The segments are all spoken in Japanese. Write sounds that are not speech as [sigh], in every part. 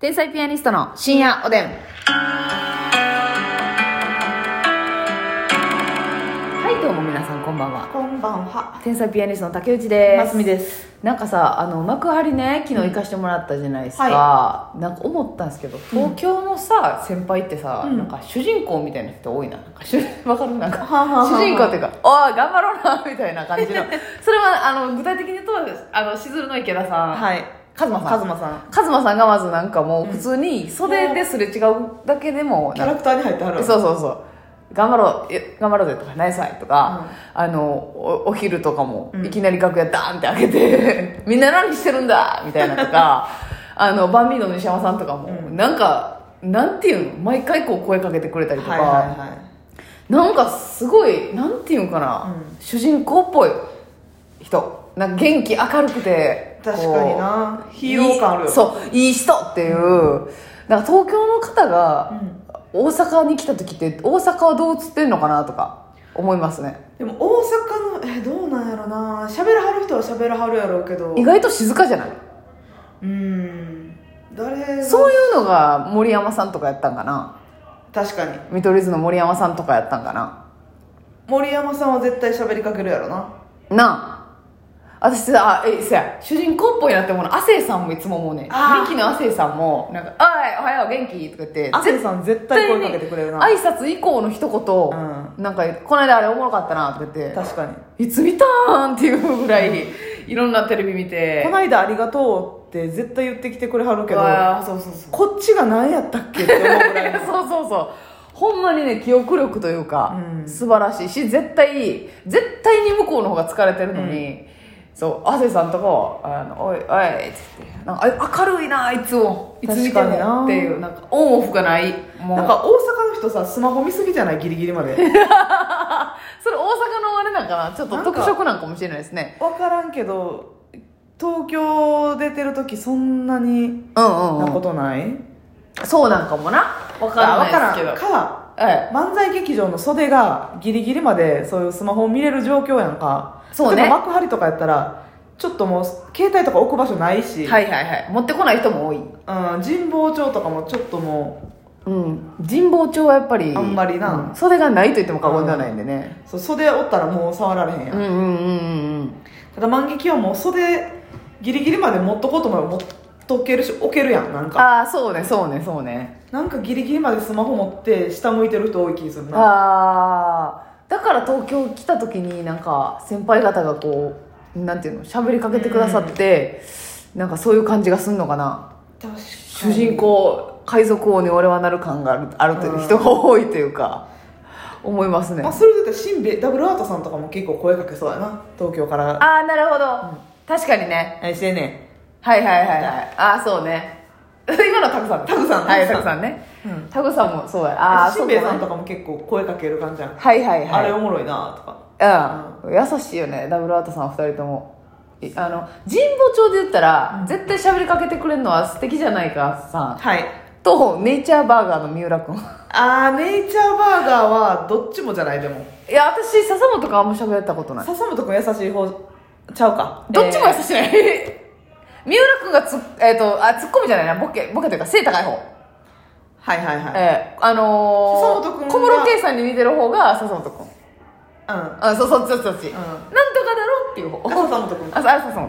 天才ピアニストの深夜おでん。はい、どうも皆さんこんばんは。こんばんは。天才ピアニストの竹内です。ますみです。なんかさ、あの、幕張ね、昨日行かしてもらったじゃないですか。うんなんか思ったんですけど、東京のさ、先輩ってさ、うんなんか主人公みたいな人多い [laughs] な。なんか主わかるなんか、はあはあはあ主人公っていうか、おい、頑張ろうな、みたいな感じ [laughs] の。それは、あの、具体的に言うと、あの、しずるの池田さん。はい。カズマさんカズマさん。カズマさんがまずなんかもう普通に袖ですれ違うだけでもキなャんラかクターに入ってはる。そうそうそう頑張ろうえ頑張ろうぜとかナイスアイとか、あのおお昼とかもうんいきなり楽屋ダーンって開け [laughs] てみんな何してるんだみたいなとかあのバンビーノの西山さんとかも、うんなんかなんていうの毎回こう声かけてくれたりとか、はいはいはい。なんかすごいなんていうんかな、うん主人公っぽい人なんか元気明るくて確こかにうな。ヒーロー感ある。。いいうそういい人っていう、なんか東京の方がん。大阪に来た時って大阪はどう映ってんのかなとか思いますねでも大阪の、え、どうなんやろな。喋らはる人は喋らはるやろうけど。意外と静かじゃないうん。誰がそういうのが森山さんとかやったんかな確かに。見取り図の森山さんとかやったんかな森山さんは絶対喋りかけるやろな。なあ私さあえせや主人公っぽいなって思うの亜生さんもいつも思うねあーミキの亜生さんもなんか「おいおはよう元気?」とか言って亜生さん絶対声かけてくれるな。挨拶以降の一言、なんか「この間あれおもろかったな」とか言って確かに。いつ見たんっていうぐらい、いろんなテレビ見てこ。ないだありがとうって絶対言ってきてくれはるけど、わあそうそうそう。こっちが何やったっけって思うぐらいのそうそうそう。ほんまにね、記憶力というか、うん素晴らしいし、絶対、絶対に向こうの方が疲れてるのに、そう、亜生さんとかは、あの、おい、おい、っつって、なんか、あ明るいな、いつも。いつ見て確かにもなっていう、なんか、オンオフがない。もう、なんか大阪の人さ、スマホ見すぎじゃないギリギリまで。 [laughs] それ大阪のあれなんかな、ちょっとなんか特色なんかもしれないですね。分からんけど東京出てる時そんなにうんう、なんうこん。とない、そうなんかもな。わからあな分からいんですけど。かえ漫才劇場の袖がギリギリまでそういうスマホを見れる状況やんかそうね例えば幕張とかやったらちょっともう携帯とか置く場所ないえし、はいはいはい。持ってこない人も多い。うん、神保町とかもちょっともうん、神保町はやっぱりあんまりなうん袖がないと言っても過言ではないんでねうそう袖おったらもう触られへんやうんうん、んうんうんただ万劇はもう袖ギリギリまで持っとこうと思えば持っとけるし置けるやんなんかああそうねそうねそうねなんかギリギリまでスマホ持って下向いてる人多い気するなああだから東京来た時になんか先輩方がこうなんていうの喋りかけてくださって、なんかそういう感じがすんのかな確かに主人公海賊王に俺はなる感があるあるという人が多いというか、思いますねまあ、それだったら新兵衛ダブルアートさんとかも結構声かけそうやな東京からああなるほど、確かにね「何してんねはいはいはいはいああそうね [laughs] 今のタグさんタグさんはいタタググささんねん」うんタグさんもそうやああ新そう兵衛さんとかかも結構声かける感じやん、はいはいはいあれおもろいなとかうん優しいよねダブルアートさん二人ともいあの神保町で言ったら、うん絶対喋りかけてくれるのは素敵じゃないかさんはいとネイチャーバーガーの三浦君あーネイチャーバーガーはどっちもじゃないでもいや私笹本君あんま喋ったことない笹本君優しい方ちゃうかどっちも優い、し [laughs] いね三浦君がつ、えっとあツッコミじゃないなボケボケというか背高い方はいはいはい、ええあのー、笹本君が小室圭さんに似てる方が笹本君うんあそうそうそうそうそう、なんんとかだろっていう方笹本君あそうあそうそう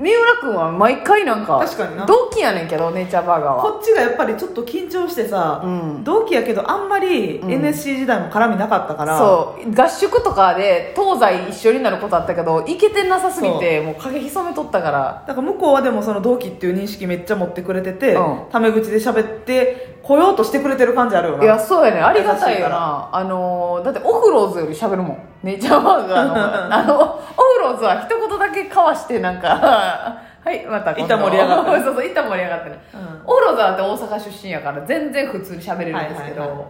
三浦君は毎回なんか確かにな同期やねんけどネイチャーバーガーはこっちがやっぱりちょっと緊張してさ、うん同期やけどあんまり NSC 時代も絡みなかったから、そう合宿とかで東西一緒になることあったけど行けてなさすぎてもう影潜めとったからだから向こうはでもその同期っていう認識めっちゃ持ってくれてて、うんタメ口で喋って来ようとしてくれてる感じあるよないやそうやねありがた優しいいよかなあのーだってオフローズより喋るもんネイチャーバーガ [laughs] ーの方あのオフローズは一言だけ交わしてなんか [laughs] はいまた今度一旦盛り上がって [laughs] そうそう一旦盛り上がってね、うんオフローズはだって大阪出身やから全然普通に喋れるんですけど、はいはいは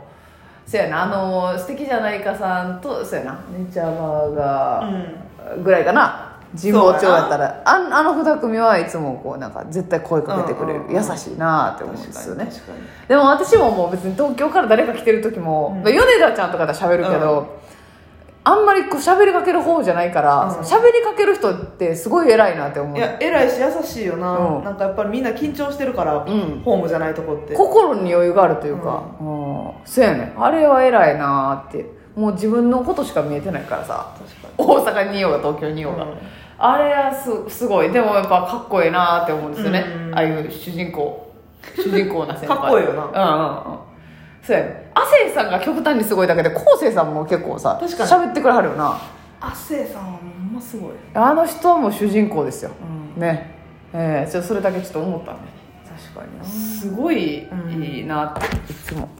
そうやなあのー素敵じゃないかさんとそうやなネイチャーバーうガんーぐらいかな神保町やったらあんあの二組はいつもこうなんか絶対声かけてくれる、うんうんうん優しいなって思うんですよ確かねに確かにでも私ももう別に東京から誰か来てる時も、うんまあ米田ちゃんとかとは喋るけど、あんまりこう喋りかける方じゃないからうん喋、りかける人ってすごい偉いなって思いうや偉いし優しいよな、うんなんかやっぱりみんな緊張してるから、うんホームじゃないとこって心に余裕があるというか、うんそうやねあれは偉いなーってもう自分のことしか見えてないからさ確か大阪にいようが東京にいようが、うんあれはすすごいでもやっぱかっこいいなーって思うんですよね、うんああいう主人公主人公な先輩かっこいいよなうんうんうんそうやね亜生さんが極端にすごいだけで昴生さんも結構さ確かに喋ってくれはるよな亜生さんはほんますごい、あの人はもう主人公ですようん、ねええちょそれだけちょっと思ったね確かにすごいうんいいなっていつも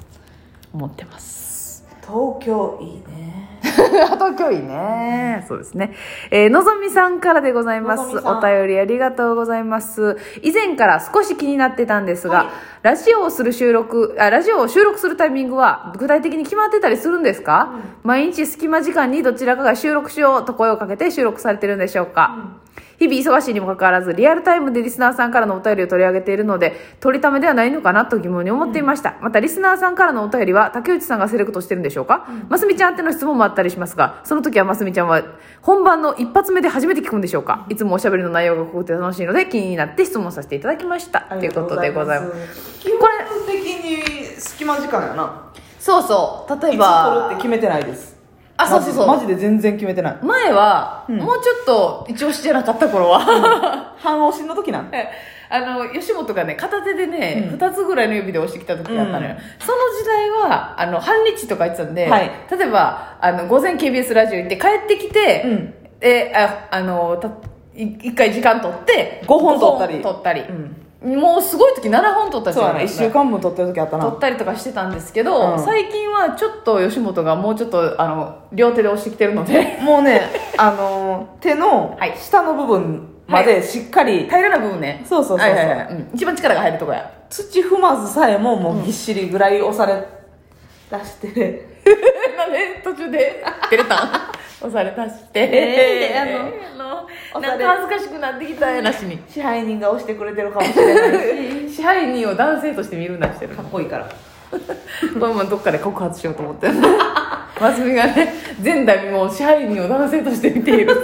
思って [laughs] ます東京いいね東京いいねそうですね、えーのぞみさんからでございますのぞみさんお便りありがとうございます以前から少し気になってたんですが、はいラジオをする収録あラジオを収録するタイミングは具体的に決まってたりするんですか、毎日隙間時間にどちらかが収録しようと声をかけて収録されてるんでしょうか、日々忙しいにもかかわらずリアルタイムでリスナーさんからのお便りを取り上げているので取りためではないのかなと疑問に思っていました、またリスナーさんからのお便りは竹内さんがセレクトしてるんでしょうか、ますみちゃんっての質問もあったりしますがその時はますみちゃんは本番の一発目で初めて聞くんでしょうかいつもおしゃべりの内容が濃くて楽しいので気になって質問させていただきましたということでございますす基本的に隙間時間やなそうそう例いえつ取るってば決めてないですあそうそうそうマジでマジで全然決めてない前は、もうちょっと一応してなかった頃は、半押しの時なんえ [laughs] あの吉本がね片手でね、二2つぐらいの指で押してきた時があったのよ、うんその時代はあの半日とか言ってたんで、はい例えばあの午前 KBS ラジオ行って帰ってきて、うんでああのたい一回時間取って五本取ったり五本取ったり、もうすごい時7本取ったじそうゃやなない1週間分撮ってる時あった取なったりとかしてたんですけど、うん最近はちょっと吉本がもうちょっとあの両手で押してきてるの [laughs] でもうねあのー手のはい下の部分までしっかり平らな部分ねそうそうそうそうはいはいはいうん一番力が入るとこや土踏まずさえももうぎっしりぐらい押され出してなんで途中で出れた押され出して、えあの押なさんれか恥ずかしくなってきたやなしに支配人が押してくれてるかもしれないし [laughs] 支配人を男性として見るな [laughs] してるかっこいいからこれもどっかで告発しようと思って [laughs] ますみがね前代未聞支配人を男性として見ている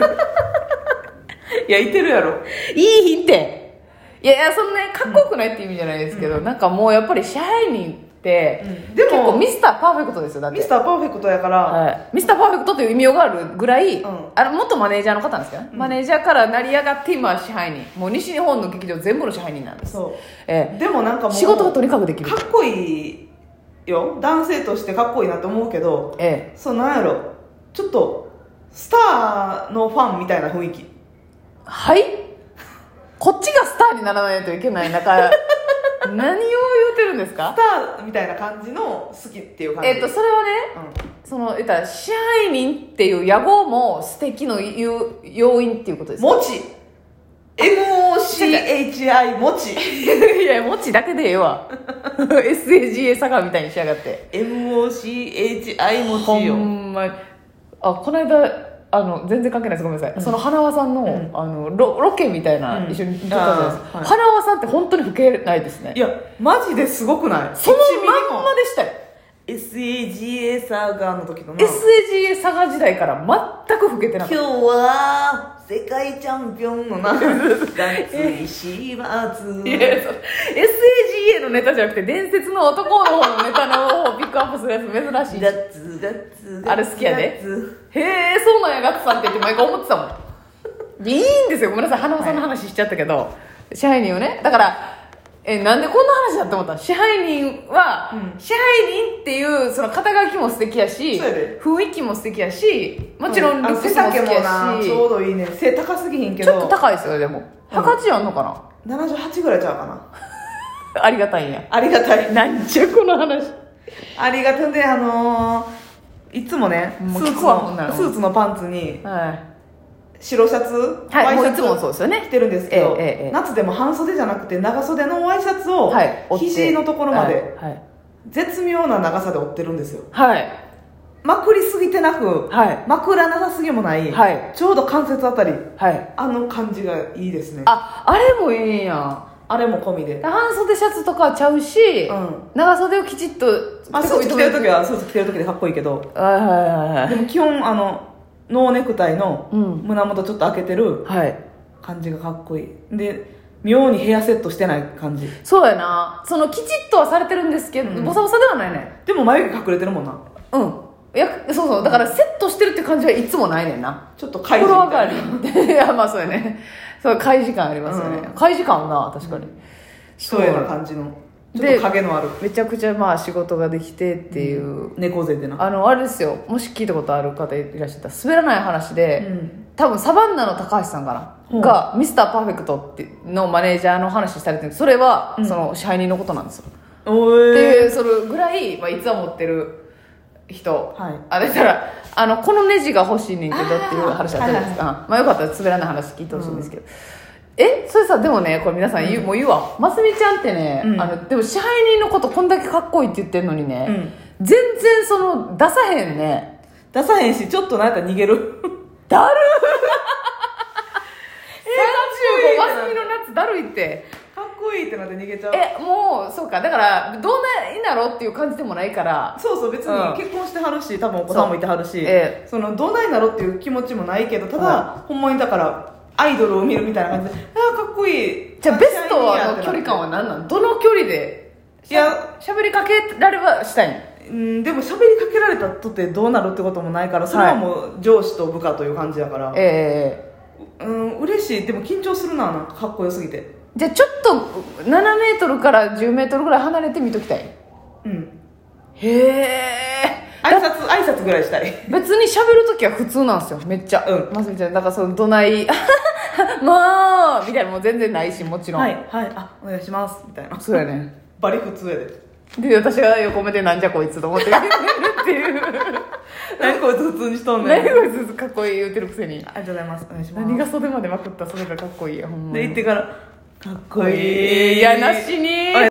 いやいてるやろいいヒンていやいやそんなねかっこよくないって意味じゃないですけど、なんかもうやっぱり支配人って、うんでも結構ミスターパーフェクトですよだってミスターパーフェクトやから、はい、ミスターパーフェクトという異名があるぐらい、うんあの元マネージャーの方なんですけどね、マネージャーから成り上がって今は支配人もう西日本の劇場全部の支配人なんです、そえうでもなんかえもう仕事がとにかくできるかっこいいよ男性としてかっこいいなと思うけどええそうなんやろちょっとスターのファンみたいな雰囲気はいこっちがスターにならないといけない中 [laughs] 何を言うてるんですスかターみたいな感じの好きっていう感じえっ、とそれはねうそのえったら支配人っていう野望も素敵の言う要因っていうことでん、すかもち MOCHI もち [laughs] いやも [laughs] ちだけでええわ [laughs] SAGA 佐賀みたいにしやがって MOCHI もほちよんまにあこの間あの全然関係ないですごめんなさい、その花輪さんの,、んあのロロケみたいな、うん一緒に行ってたじゃないですか、あーはい花輪さんって本当に老けないですねいやマジですごくないその1ミリまんもまでしたよ SAGA サーガーの時のな SAGA 佐賀時代から全く老けてなか今日っは世界チャンピオンのなガッツリシーバーたいやズそう SAGA のネタじゃなくて伝説の男の方のネタの方をピックアップするやつ珍しいガッツガッツガッツあれ好きやでガッツへえそうなんやガッツさんって言って毎回思ってたもんいいんですよごめんなさい花輪さんの話しちゃったけど、支配人をねだからえなんでこんな話だって思ったの支配人は、うん支配人っていうその肩書きも素敵やしそうやで雰囲気も素敵やしもちろんルあッのク背スも好き丈やもなしちょうどいいね背高すぎひんけちょっとど高いですよでもうん高値あんのかな、 78ぐらいちゃうかなありがたいんやありがたいなんじゃこの話ありがたいであのーいつもねスもうー聞ツくわこんなののスーツのパンツには白シャツ、い、はい、もワうイいつシもャそうツですよね着てるんですけど、ええええ夏でも半袖じゃなくて長袖のワイシャツを、はい折って肘のところまで、はい絶妙な長さで折ってるんですよはいまくりすぎてなく、はいまくらなさすぎもない、はいちょうど関節あたりはいあの感じがいいですねあああれもいいやんれも込みで半袖シャツとかはちゃうし、うん長袖をきちっとあスーツ着てる時はスーツ着てる時でかっこいいけどはいはいはいはでいも基本あのノーネクタイのうん胸元ちょっと開けてるはい感じがかっこいいで妙にヘアセットしてない感じそうやなそのきちっとはされてるんですけど、うんボサボサではないねでも眉毛隠れてるもんなうんいやそうそうだからセットしてるって感じはいつもないねんなちょっと怪心獣分みたかりいな [laughs] いやまあそうやねそう開示感ありますよね、うん開示感な確かに、一重な感じのちょっでと影のあるめちゃくちゃまあ仕事ができてっていう、猫背でなあのあれですよもし聞いたことある方いらっしゃったら滑らない話で、うん多分サバンナの高橋さんかな、うんがミスターパーフェクトってのマネージャーの話されてるそれは、うんその支配人のことなんですよ、っおてえいうそれぐらい、まあ、いつは持ってる人、はいあだからあのこのネジが欲しいねんけどっていう話あったじゃないですか、まあ、よかったら滑らない話聞いてほしいんですけど、えそれさでもねこれ皆さん言う、もう言うわますみちゃんってね、うんあのでも支配人のことこんだけかっこいいって言ってるのにね、うん全然その出さへんね出さへんしちょっとなんやったら逃げる [laughs] だ [laughs] るえ35かっますみの夏だるいってかっこいいってなって逃げちゃうえもうそうかだからどうないなろうっていう感じでもないからそうそう別うんに結婚してはるし多分お子さんもいてはるしそ,、えのどうないんだろうっていう気持ちもないけどただ、はほんまにだからアイドルを見るみたいな感じでああかっこいいじゃあベストあの距離感は何なのどの距離でいやしゃべりかけられはしたいのうんでも喋りかけられたとってどうなるってこともないからそれはもう上司と部下という感じだから、えうん嬉しいでも緊張するななんかかっこよすぎてえじゃあちょっと7メートルから10メートルぐらい離れて見ときたいうんへえ挨拶挨拶ぐらいしたい別にしゃべる時は普通なんですよめっちゃうんますみちゃんだからそのどない [laughs] 「もう!」みたいなのも全然ないしもちろん、はいはいあお願いしますみたいなそうやねバリ普通やでで私が横目で「なんじゃこいつ」と思って見てるっていう何こいつ普通にしとん [laughs] ねん何こいつかっこいい言うてるくせにありがとうございますお願いします何が袖までまくったそれがかっこいいやほんまでに行ってからかっこいいいやなしにあれ